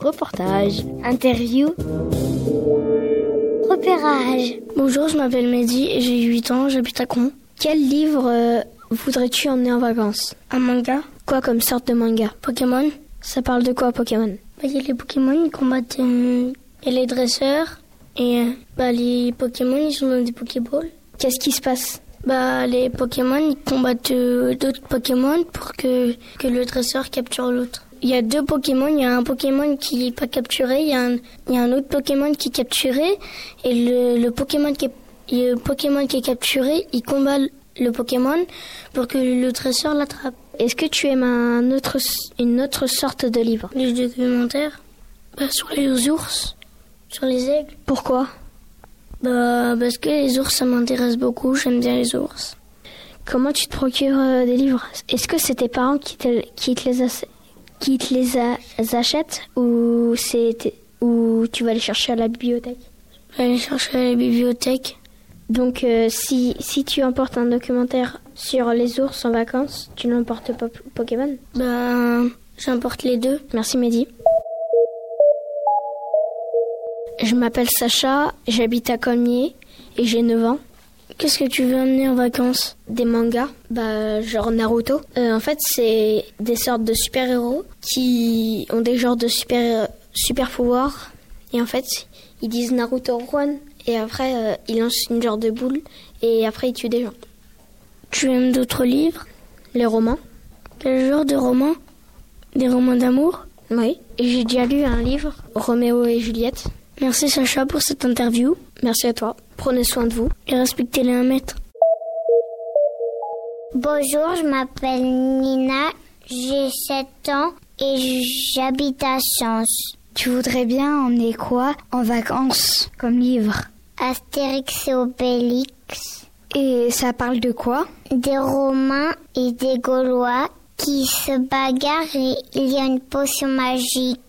Reportage. Interview. Repérage. Bonjour, je m'appelle Mehdi et j'ai 8 ans, j'habite à Con. Quel livre euh, voudrais-tu emmener en vacances Un manga Quoi comme sorte de manga Pokémon Ça parle de quoi Pokémon Bah, il y a les Pokémon, ils combattent euh, et les dresseurs. Et euh, bah, les Pokémon, ils sont dans des Pokéballs. Qu'est-ce qui se passe Bah, les Pokémon, ils combattent euh, d'autres Pokémon pour que, que le dresseur capture l'autre. Il y a deux Pokémon, il y a un Pokémon qui n'est pas capturé, il y, a un, il y a un autre Pokémon qui est capturé, et le, le Pokémon qui est, le Pokémon qui est capturé, il combat le Pokémon pour que le dresseur l'attrape. Est-ce que tu aimes un autre, une autre sorte de livre Les documentaires bah, Sur les ours, sur les aigles. Pourquoi Bah, parce que les ours, ça m'intéresse beaucoup, j'aime bien les ours. Comment tu te procures euh, des livres Est-ce que c'est tes parents qui te, qui te les, ass- qui te les a- achètent ou, c'est tes- ou tu vas les chercher à la bibliothèque Je vais aller chercher à la bibliothèque. Donc euh, si, si tu emportes un documentaire sur les ours en vacances, tu n'emportes pas P- Pokémon Bah, j'importe les deux. Merci Mehdi. Je m'appelle Sacha, j'habite à Commiers et j'ai 9 ans. Qu'est-ce que tu veux amener en vacances Des mangas, bah, genre Naruto. Euh, en fait, c'est des sortes de super-héros qui ont des genres de super, super pouvoirs. Et en fait, ils disent Naruto One. Et après, euh, ils lancent une genre de boule. Et après, ils tuent des gens. Tu aimes d'autres livres Les romans. Quel genre de romans Des romans d'amour Oui. Et j'ai déjà lu un livre, Roméo et Juliette. Merci Sacha pour cette interview Merci à toi. Prenez soin de vous. et respectez les 1 mètre. Bonjour, je m'appelle Nina, j'ai 7 ans et j'habite à Sens. Tu voudrais bien emmener quoi en vacances comme livre Astérix et Obélix, Et ça parle de quoi des Romains et des Gaulois qui se bagarrent et il y a une potion magique.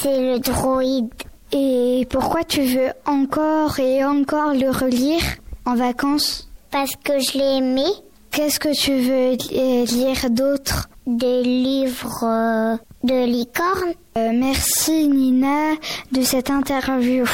C'est le droïde. Et pourquoi tu veux encore et encore le relire en vacances Parce que je l'ai aimé, Qu'est-ce que tu veux euh, lire d'autre des livres euh, de licorne. Euh, Merci Nina de cette interview.